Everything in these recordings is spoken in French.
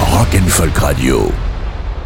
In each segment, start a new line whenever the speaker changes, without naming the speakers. Rock'n'Folk Radio.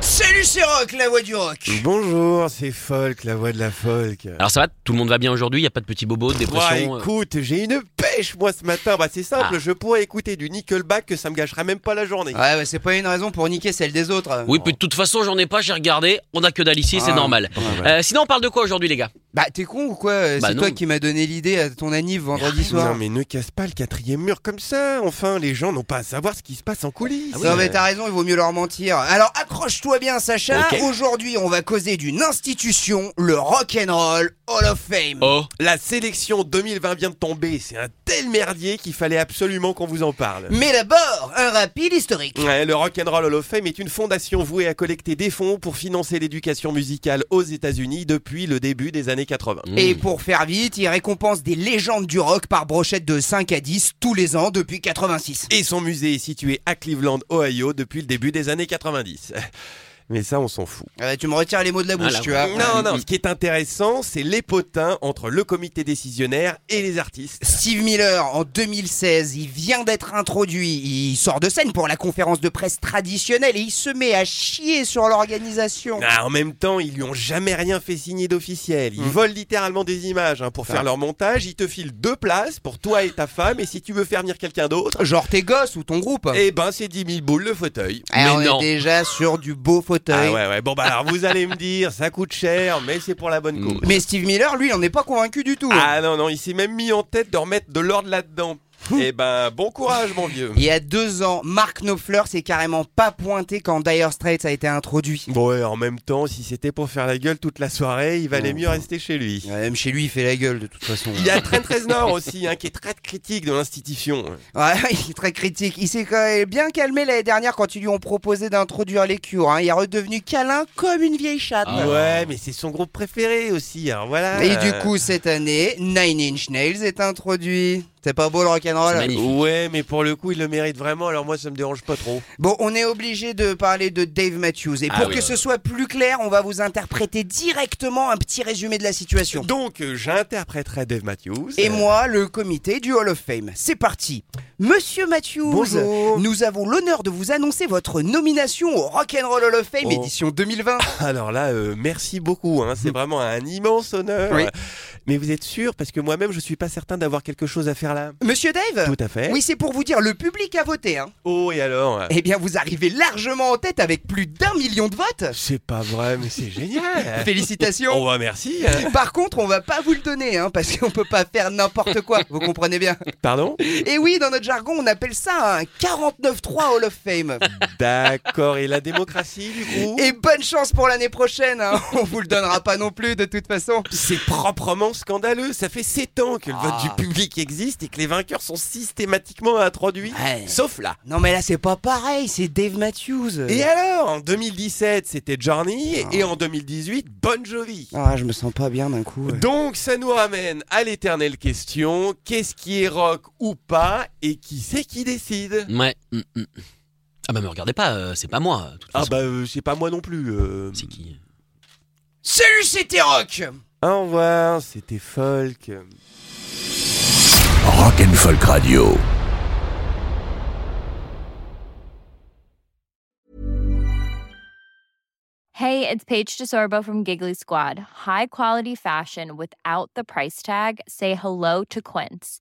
Salut c'est Rock, la voix du rock
Bonjour, c'est Folk, la voix de la Folk.
Euh,
Ah,
Alors ça va, tout le monde va bien aujourd'hui, il n'y a pas de petits bobos, de
Ouah,
dépression. euh,
écoute, j'ai une pêche moi ce matin. Bah c'est simple,
Ah.
je pourrais écouter du Nickelback que ça me gâchera même pas la journée.
Ouais bah c'est pas une raison pour niquer celle des autres
Oui, puis de toute façon, j'en ai pas, j'ai regardé, on a que dalle ici, c'est
Ah,
normal. Euh, sinon, on parle de quoi aujourd'hui, les gars
Bah t'es con ou quoi C'est
Bah non. Ah,
toi qui m'as donné l'idée à ton anniv vendredi soir
Non Ah, mais ne casse pas le quatrième mur comme ça. Enfin, les gens n'ont pas à savoir ce qui se passe en
Ah
coulisses.
non Ah mais t'as raison, il vaut mieux leur mentir. Alors accroche-toi bien Sacha,
Ok.
aujourd'hui on va causer d'une institution, le Rock'n'Roll Hall of Fame.
Oh,
La sélection 2020 vient de tomber. C'est un tel merdier qu'il fallait absolument qu'on vous en parle.
Mais d'abord, un rapide historique.
Ouais, le Rock'n'Roll Hall of Fame est une fondation vouée à collecter des fonds pour financer l'éducation musicale aux États-Unis depuis le début des années 80.
Mmh. Et pour faire vite, il récompense des légendes du rock par brochette de 5 à 10 tous les ans depuis 86.
Et son musée est situé à Cleveland, Ohio, depuis le début des années 90. Mais ça, on s'en fout.
Euh, tu me retires les mots de la bouche,
là,
tu vois.
Non, non, ce qui est intéressant, c'est les potins entre le comité décisionnaire et les artistes.
Steve Miller, en 2016, il vient d'être introduit, il sort de scène pour la conférence de presse traditionnelle et il se met à chier sur l'organisation.
Ah, en même temps, ils lui ont jamais rien fait signer d'officiel. Ils volent littéralement des images hein, pour faire leur montage. Ils te filent deux places pour toi et ta femme. Et si tu veux faire venir quelqu'un d'autre,
Genre tes gosses ou ton groupe.
eh ben c'est 10 000 boules le fauteuil.
Eh, on
mais
est
non.
déjà sur du beau fauteuil.
Ah ouais, ouais. Bon, bah alors vous allez me dire, ça coûte cher, mais c'est pour la bonne cause.
Mais Steve Miller, lui, il en est pas convaincu du tout.
Ah non, non, il s'est même mis en tête de remettre de l'ordre là-dedans. eh ben, bon courage, mon vieux.
Il y a deux ans, Mark Knopfler s'est carrément pas pointé quand Dire Straits a été introduit.
Bon, ouais, en même temps, si c'était pour faire la gueule toute la soirée, il valait mieux rester chez lui.
Ouais, même chez lui, il fait la gueule de toute façon.
Il y a Trent Reznor aussi, hein, qui est très critique de l'institution.
Ouais, il est très critique. Il s'est quand même bien calmé l'année dernière quand ils lui ont proposé d'introduire les cures. hein. Il est redevenu câlin comme une vieille chatte.
Ah
Ouais, mais c'est son groupe préféré aussi, alors voilà.
Et Ah. du coup, cette année, Nine Inch Nails est introduit. C'est pas beau le
C'est
rock'n'roll
magnifique.
Euh, Ouais, mais pour le coup, il le mérite vraiment, alors moi, ça me dérange pas trop.
Bon, on est obligé de parler de Dave Matthews. Et
Ah
pour
oui.
que ce soit plus clair, on va vous interpréter directement un petit résumé de la situation.
Donc, euh, j'interpréterai Dave Matthews.
Et moi, le comité du Hall of Fame. C'est parti. Monsieur Matthews,
Bonjour.
nous avons l'honneur de vous annoncer votre nomination au Rock'n'Roll Hall of Fame
Oh.
édition 2020.
Alors là, euh, merci beaucoup, hein, c'est vraiment un immense honneur.
Mm. Oui.
Mais vous êtes sûr, parce que moi-même, je suis pas certain d'avoir quelque chose à faire là.
Monsieur Dave
Tout à fait.
Oui, c'est pour vous dire, le public a voté. Hein.
Oh, et alors
Eh bien, vous arrivez largement en tête avec plus d'un million de votes.
C'est pas vrai, mais c'est génial.
Félicitations.
Oh, bah merci. hein.
Par contre, on va pas vous le donner, hein, parce qu'on peut pas faire n'importe quoi, vous comprenez bien.
Pardon
Et oui, dans notre jargon, on appelle ça un 49-3 Hall of Fame.
D'accord, et la démocratie du coup
Et bonne chance pour l'année prochaine, hein. on vous le donnera pas non plus de toute façon.
C'est proprement scandaleux, ça fait 7 ans que le vote
Ah.
du public existe et que les vainqueurs sont systématiquement introduits,
Ouais.
sauf là.
Non mais là c'est pas pareil, c'est Dave Matthews.
Et alors, en 2017 c'était Johnny et- et en 2018 Bon Jovi.
Ah, je me sens pas bien d'un coup.
Donc ça nous ramène à l'éternelle question, qu'est-ce qui est rock ou pas et qui c'est qui décide
ouais. mm, mm. Ah bah me regardez pas, euh, c'est pas moi. de toute
Ah
façon.
bah euh, c'est pas moi non plus. euh.
C'est qui
Salut, c'était Rock
Au revoir, c'était folk.
Rock'n'Folk Radio.
Hey, it's Paige DeSorbo from Giggly Squad. High quality fashion without the price tag. Say hello to Quince.